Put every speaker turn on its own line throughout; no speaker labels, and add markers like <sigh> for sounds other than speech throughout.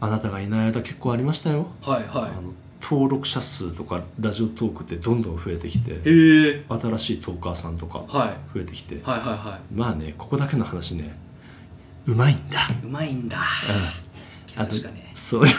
あなたがいない間結構ありましたよ
はい
あ
は
の登録者数とかラジオトークってどんどん増えてき
い
て
へえ
新しいトーカーさんとか
はい
増えてきて
はいはいは
まあねここだけの話ねうまいんだ、
いうまいんだ
あと
確かね
そう <laughs>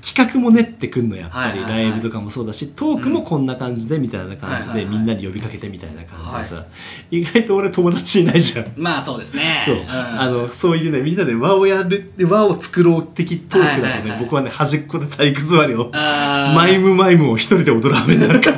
企画も練ってくんのやっぱり、
はいはいはい
ライブとかもそうだしトークもこんな感じでみたいな感じで、
はいはいはい
みんなに呼びかけてみたいな感じでさ、意外と俺友達いないじゃん
まあそうですね
そう、
ん
あのそういうねみんなで輪をやる輪を作ろう的トークだとね、
はいはいはい
僕はね端っこで体育座りを
あー
マイムマイムを一人で踊る羽目にな
<laughs>
るから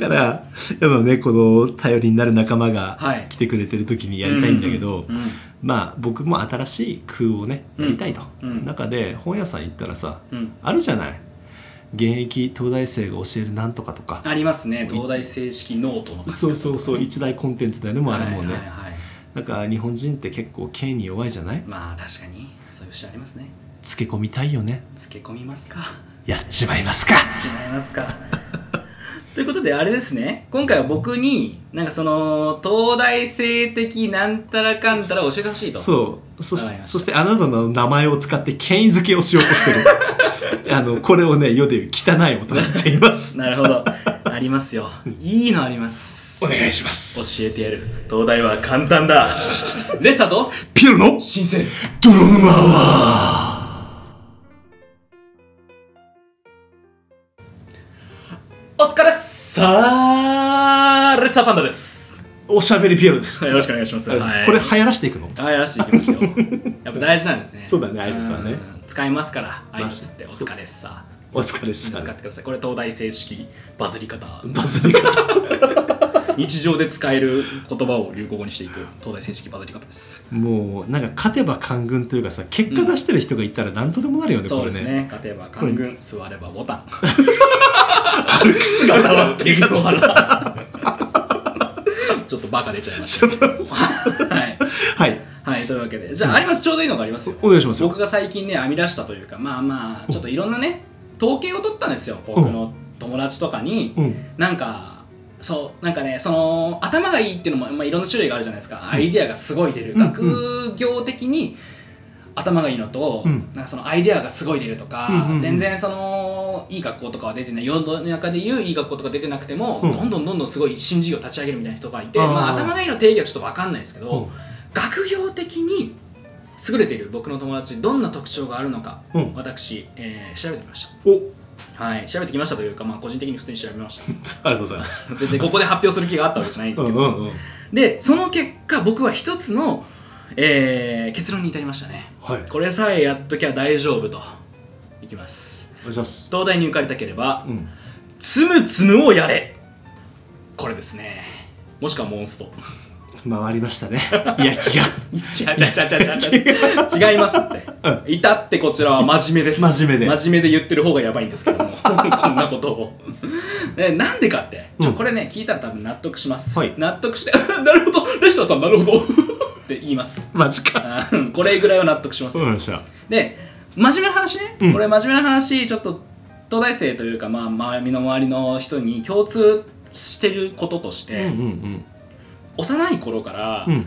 からやっぱねこの頼りになる仲間が
はい
来てくれてる時にやりたいんだけど、
うんうん
まあ僕も新しい空をねやりたいと、
うんうん
中で本屋さん行ったらさ
うんうん
あるじゃない現役東大生が教えるなんとかとか
ありますね東大正式ノートの
そうそうそう一大コンテンツだよねもうあれもうね、
はいはいはい
なんか日本人って結構権威弱いじゃない
まあ確かにそういう節ありますね
つけ込みたいよね
つけ込みますか
やっちまいますか
違いま
<laughs>
すかということであれですね今回は僕になんかその東大生的なんたらかんたら教えてほしいと
そうそし
わかりました
そしてあなたの名前を使って権威づけをしようと <laughs> してるあのこれをね世で言う汚い大人って言います
なるほどありますよいいのあります
お
教
願いします
えてやる東大は簡単だレッサーと
ピエロの
新生
泥沼は
お疲れっすさーレッサーパンダです
おしゃべりピエロです、
よろしくお願いします、はい、
これ流行らしていくの
はい、やらしてい
<laughs>
きますよ。やっぱ大事なんですね。
そうだね挨拶はね
うん。使いますから、挨拶ってお
まあ
疲れっさ。
お疲れっす
使ってください。これ東大正式バズり方。
バズり方
日常で使える言葉を流行語にしていく東大正式バズり方です。
<laughs> もうなんか勝てば官軍というかさ結果出してる人がいたら何とでもなるよね、
そ
こ
う
れ
です
ね
ね。勝てば官軍、座ればボタン。
歩く姿はピエロ
<laughs> ちょっとバカ出ちゃいましたけど。はい。
はい
はい、というわけで。じゃあ、あります。ちょうどいいのがありますよ。
お願いしますよ
僕が最近ね編み出したというかまあまあちょっといろんなね統計を取ったんですよ僕の友達とかに
うん
なんかそうなんかねその頭がいいっていうのも、まあ、いろんな種類があるじゃないですか、アイデアがすごい出る、
うん
学業的に頭がいいのと、
うん
なんかそのアイデアがすごい出るとか、
うんうんうん
全然そのいい学校とかは出てない世の中でいういい学校とか出てなくても、
うん
どんどんどんどんすごい新事業立ち上げるみたいな人がいて
あー
まあ、頭がいいの定義はちょっと分かんないですけど、
うん
学業的に優れている僕の友達どんな特徴があるのか、
うん
私、えー調べてきまし
おあり
たはい調べてきましたというか、まあ、個人的に普通に調べました
がとうござい <laughs> ます
<laughs> 別にここで発表する気があったわけじゃないんで
う
す
ん
け
う
ど、
んうん
でその結果僕は一つの、えー結論に至りましたね
はい
これさえやっときゃ大丈夫といきます
お願いします
東大に受かりたければ
うん
つむつむをやれこれですねもしくはモンスト
回りましたね <laughs> 焼きが
ちゃちゃちゃちゃちゃちゃ違いますって至ってこちらは真面目です
真面目で
真面目で言ってる方がやばいんですけども
<laughs>
こんなことをでなんでかってちょ
うん
これね聞いたら多分納得します、
はい
納得して <laughs> なるほどレッサーさんなるほど <laughs> って言います
マジか
あーこれぐらいは納得します
そうなんでした
で真面目な話ね、
うん
これ真面目な話ちょっと東大生というかまあ周りの周りの人に共通してることとし
うんう
て、
ん
幼い頃から、
うん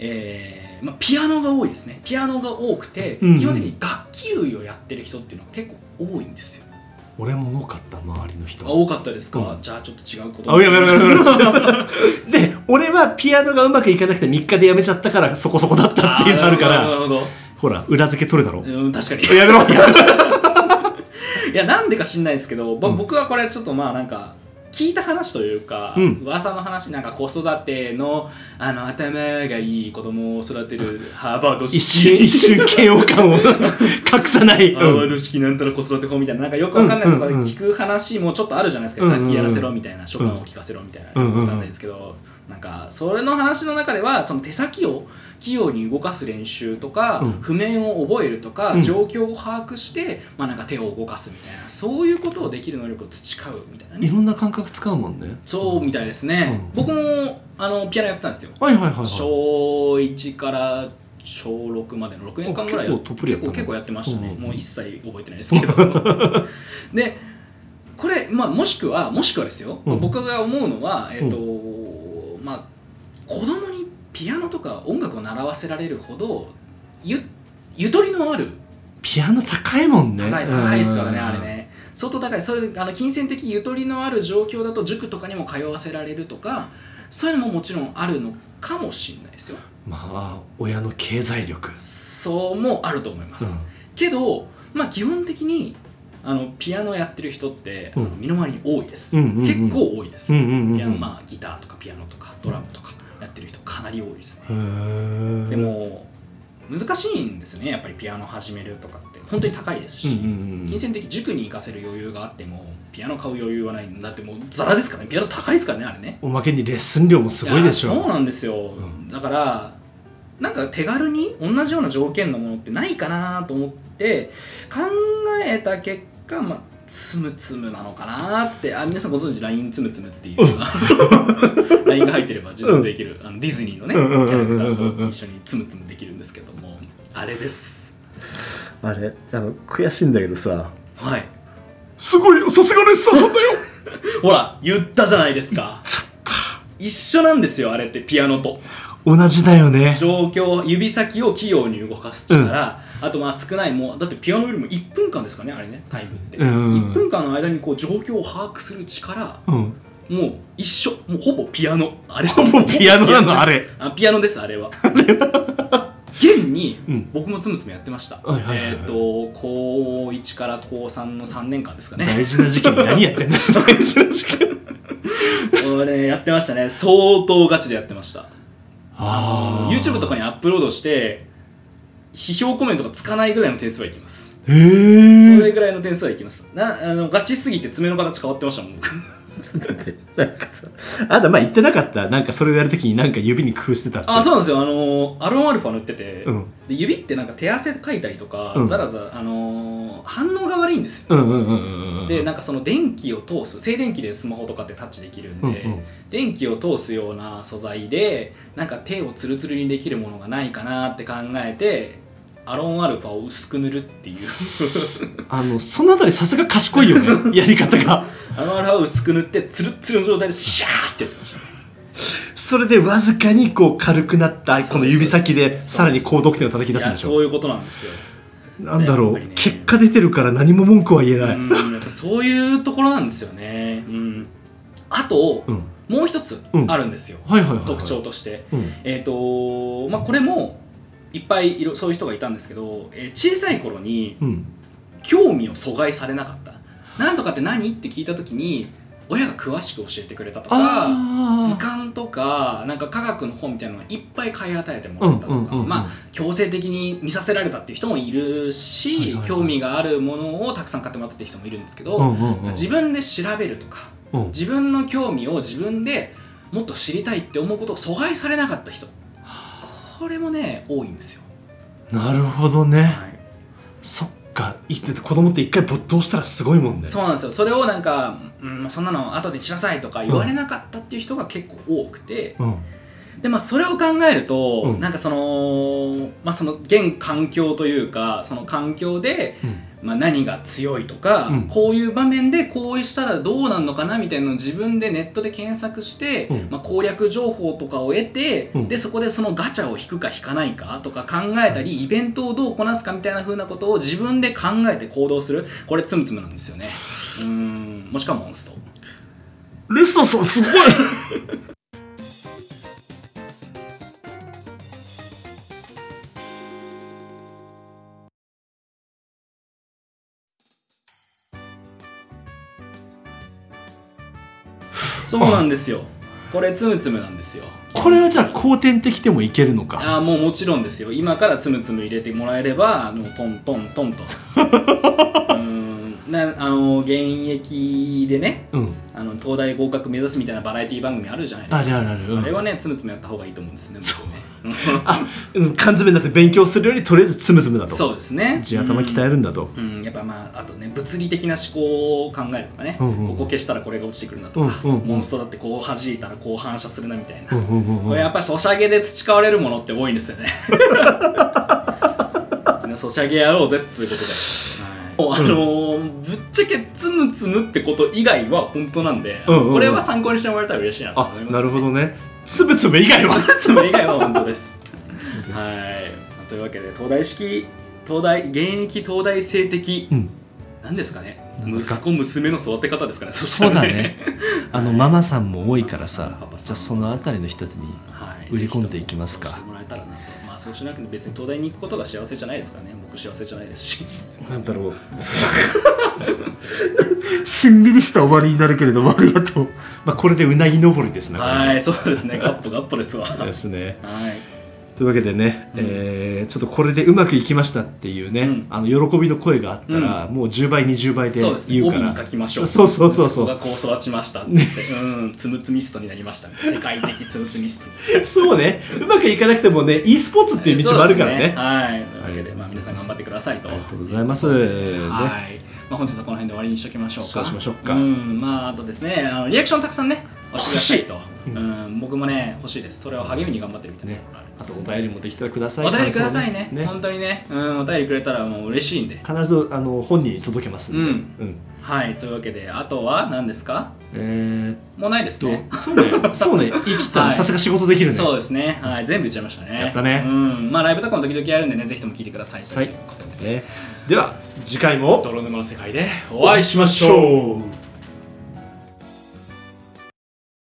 えーまあ、ピアノが多いですねピアノが多くて、
うんうん
基本的に楽器類をやってる人っていうのは結構多いんですよ
俺も多かった周りの
あ
人
多かったですか、
うん
じゃあちょっと違うこと
あやめろやめ
<laughs>
ろやめろ <laughs> で俺はピアノがうまくいかなくて3日でやめちゃったからそこそこだったっていうのあるか
な
ら
るほど、
ほら裏付け取れだろ
うん、確かに
やめろやめろ
いやなんでか知んないですけど、ぼ
うん
僕はこれちょっとまあなんか聞いた話というか、
うん
噂の話なんか子育てのあの頭がいい子供を育てるハーバード
一
<laughs>
瞬一
式
瞬嫌悪感を <laughs> 隠さない
ハーバー
うん
ド式なんたら子育て法みたいななんかよくわかんないとかで聞く話もちょっとあるじゃないですか、
うんうんうん
楽器やらせろみたいなショパンを聴かせろみたいな
うんうんうん
なんですけどなんかそれの話の中ではその手先を器用に動かす練習とか、
うん
譜面を覚えるとか、
うん
状況を把握して、まあ、なんか手を動かすみたいなそういうことをできる能力を培うみたいないね
ろんな感覚使うもんね
そうみたいですね、
うん
僕もあのピアノやってたんですよ
はいはいはいはい
小1から小6までの6年間ぐらい
お結構トップリやったね
結構結構やってましたね、
うん
もう一切覚えてないですけ
<laughs>
どでこれ、まあ、もしくはもしくはですよ、
うん
僕が思うのは、えっとまあ、子供にピアノとか音楽を習わせられるほどゆゆとりのある
ピアノ高いもんね
高い高いですからね
うん
あれね相当高いそれあの金銭的ゆとりのある状況だと塾とかにも通わせられるとかそういうのももちろんあるのかもしれないですよ
まあ親の経済力、
そうもあると思います、
うん
けど、まあ、基本的にあのピアノやってる人って、
うん
あの身の回りに多いです、
うんうんうん
結構多いです、
うんうんうん
ピアノまあ、ギターとかピアノとかドラムとかやってる人かなり多いですね、
へー
でも難しいんですねやっぱりピアノ始めるとかって本当に高いです
う
し、
んうんうん
金銭的塾に行かせる余裕があってもピアノ買う余裕はないんだってもうザラですからねピアノ高いですからねあれね
おまけにレッスン料もすごいでし
やそう
ょ
なんですよ、
ん
だからなんか手軽に同じような条件のものってないかなと思って考えた結果まあつむつむなのかなってあ皆さんご存知 LINE つむつむっていう、LINE <laughs> が入ってれば自動でできる、あのディズニーのねキ
うんうんうんうん
ャ
う
ラクタ
ん
ーと一緒につむつむできるんですけどもあれです
あれあの悔しいんだけどさ
はい
すごいよさすがレッサーさんだよ
ほら言ったじゃないですか一緒なんですよあれってピアノと
同じだよね
状況指先を器用に動かす力、あとまあ少ないもうだってピアノよりも1分間ですかねあれねタイムって、
うん
1分間の間にこう状況を把握する力
うん
もう一緒もうほぼピアノあれ
ほぼピアノなのあれ
あピアノですあ
<laughs>
れは現に
うん
僕もつむつむやってました、
はいはいはいはい
えっ、と高1から高3の3年間ですかね <laughs>
大事な時期に何やってんの大事な時期
俺やってましたね相当ガチでやってましたあの YouTube とかにアップロードして批評コメントがつかないぐらいの点数はいきます
へ
そ
ー
れぐらいの点数はいきますなあのガチすぎて爪の形変わってましたもん僕
なんかさあんたまあ言ってなかったなんかそれをやるときになんか指に工夫してたって
あそうなんですよあのアロンアルファ塗ってて、
うん
で指ってなんか手汗かいたりとか、
うん
ザラザラあのー反応が悪いんですよ
うんうんうんうんうん
でなんかその電気を通す静電気でスマホとかってタッチできるんで、
うんうん
電気を通すような素材でなんか手をツルツルにできるものがないかなって考えてアロンアルファを薄く塗るっていう
あのそのあたりさすが賢
<laughs>
いよねやり方が
アロンアルファを薄く塗ってツルッツルの状態でシャーってやってました
それでわずかにこう軽くなったこの指先
そう
で
です
さらに高得点を叩き出
い
すん
や
でし
そ
ょ
ういうことなんですよ
なんだろ
やっ
う
ぱりね
結果出てるから何も文句は言えない
うんやっぱそういうところなんですよねうんあと、
うん
もう一つあるんですよ、
はいはいはいはい
特徴として
うん
えっ、とまあこれもいっぱいいろそういう人がいたんですけど、えー小さい頃に
うん
興味を阻害されなかったなんとかって何って聞いた時に親が詳しく教えてくれたとか図
あ
鑑とかなんか科学の本みたいなのがいっぱい買い与えても
あ
らったとか、まあ、
ま
強制的に見させられたっていう人もいる
は
し、
いはいはい
興味があるものをたくさん買ってもらったっていう人もいるんですけど、自分で調べるとか
分
自分の興味を自分でもっと知りたいって思うことを阻害されなかった人これもね多いんですよ。
なるほどね
はい
そっかいって子供って一回没頭したらすごいもんね
そうなんですよそれをなんか、うん、もうそんなの後でしなさいとか言われなかったっていう人が結構多くて、
うん
でまあ、それを考えると、
うん
なんかその,、まあ、その現環境というかその環境で、
うん
まあ、何が強いとか、
うん
こういう場面でこうしたらどうなるのかなみたいなのを自分でネットで検索して、
うん
まあ、攻略情報とかを得て、
うん
でそこでそのガチャを引くか引かないかとか考えたりイベントをどうこなすかみたいな風なことを自分で考えて行動するこれつむつむなんですよねうーんもしくはモンスト
レッサーさんすごい
そうなんですよこれつむつむなんですよ
<laughs> これはじゃあ後天的でもいけるのか
ああもうもちろんですよ今からつむつむ入れてもらえればもうトントントン
<laughs>
とうーんなあの現役でね
うん
あの東大合格目指すみたいなバラエティ番組あるじゃないです
あ
か
るあるあるう
あ
ん
れはねつむつむやった方がいいと思うんですね僕ね
あうん缶詰になって勉強するよりとりあえずつむつむだと <laughs>
そうですね
地頭鍛えるんだと、
うん、うんやっぱまああとね物理的な思考を考えるとかね、
うんうんうん
ここ消したらこれが落ちてくるなとか、
うんうんうん
モンストだってこう弾いたらこう反射するなみたいな、
うんうんうんうん
これやっぱソシャゲで培われるものって多いんですよ
<laughs>
ねみんなソシャゲやろうぜっつうことで、はい、もうあのーぶっちゃけつむつむってこと以外は本当なんで、
うんうんうん
これは参考にしてもらえたら嬉しいなと
あ
思います
なるほ
<laughs>
どねつぶつぶ以外は <laughs>
つむ以外は本当ですはいというわけで東大式東大現役東大生的
うん
なんですかね
なんか
息子娘の育て方ですかねそした
そう
ら
だねあのママさんも多いからさ
パパさん
じゃあそのあたりの人たちに
はい、
売り込んでいきますか
ぜひともそうしてもらえたらなとまあそうしなくて別に東大に行くことが幸せじゃないですからね僕幸せじゃないですし
なんだろう <laughs> しんみりした終わりになるけれどもありがとう、まあ、これでうなぎ登りですね
はいそうですねガッポガッポですわ
これ
は
<laughs> で
い
すねというわけでね、
うん
えーちょっとこれでうまくいきましたっていうね、
うん
あの喜びの声があったら、もう10倍20倍で
そうですね
言うか
帯に
ら
書きましょう
そうそうそうそう
息子がこう育ち
<laughs>
ましたって言って、うんつむつみストになりました世界的つむつみス
<laughs>
ト
そうねうまくいかなくてもね e スポーツっていう道もあるからね
そうですはいというわけで、まあ、皆さん頑張ってくださいと
ありがとうございます、ね
はい、まあ、本日はこの辺で終わりにしときましょうか。
そうしましょうか
ん、まあ、あとですね、あのリアクションたくさんね、欲しいと。
欲しい
うん、僕もね、欲しいです。それを励みに頑張ってるみたいなところがあ
あとお便
ります
りもできたらください
お便りください
感
ね
想も
本当にね、うん、お便りくれたらもう嬉しいんで。
必ずあの本人に届けますんで、
うん
うん
はい、というわけで、あとは何ですか。
えーっ
もうないです
と、
ね。
そうねそう
<laughs>
ね生きた
は
ら
い
さすが仕事できるね、
そうですね、はい、全部言っちゃいましたね。
やったね
うん、まあ、ライブとかも時々やるんでね、ぜひとも聞いてください。
はい
ということですね。
ねでは次回も
泥沼の世界でお会いしましょう。
う